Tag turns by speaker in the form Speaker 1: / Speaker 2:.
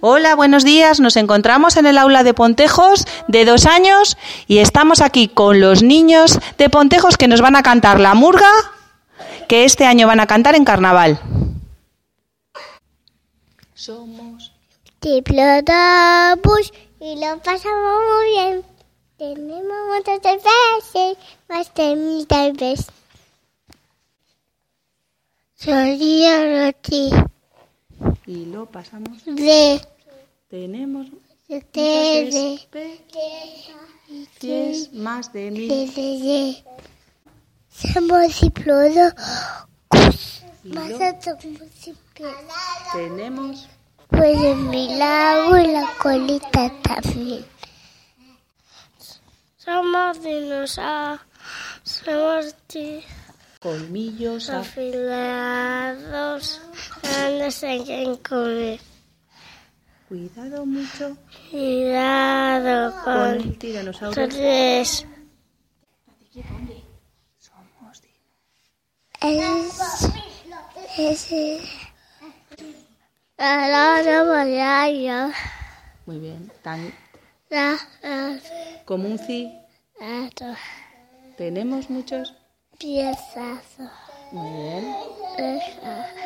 Speaker 1: Hola, buenos días. Nos encontramos en el aula de Pontejos de dos años y estamos aquí con los niños de Pontejos que nos van a cantar la murga que este año van a cantar en carnaval.
Speaker 2: Somos
Speaker 3: Diplodocus y lo pasamos muy bien. Tenemos muchas veces, más de mil tal vez. Solía Roti
Speaker 1: y lo pasamos.
Speaker 3: de
Speaker 1: Tenemos
Speaker 3: de de
Speaker 1: diez más de mil
Speaker 3: de de de. Somos Diplodocus. Nosotros somos Diplodocus.
Speaker 1: tenemos
Speaker 3: Pues en mi lago y la colita también. Somos dinosaurios, somos
Speaker 1: colmillos
Speaker 3: afilados, no sé quién comer.
Speaker 1: cuidado mucho
Speaker 3: Cuidado
Speaker 1: con
Speaker 3: con
Speaker 1: el tiranosaurio
Speaker 3: tres. Es, es, la la
Speaker 1: muy bien tan
Speaker 3: la la
Speaker 1: como un ci
Speaker 3: la
Speaker 1: tenemos muchos
Speaker 3: piezas.
Speaker 1: muy bien
Speaker 3: Deja.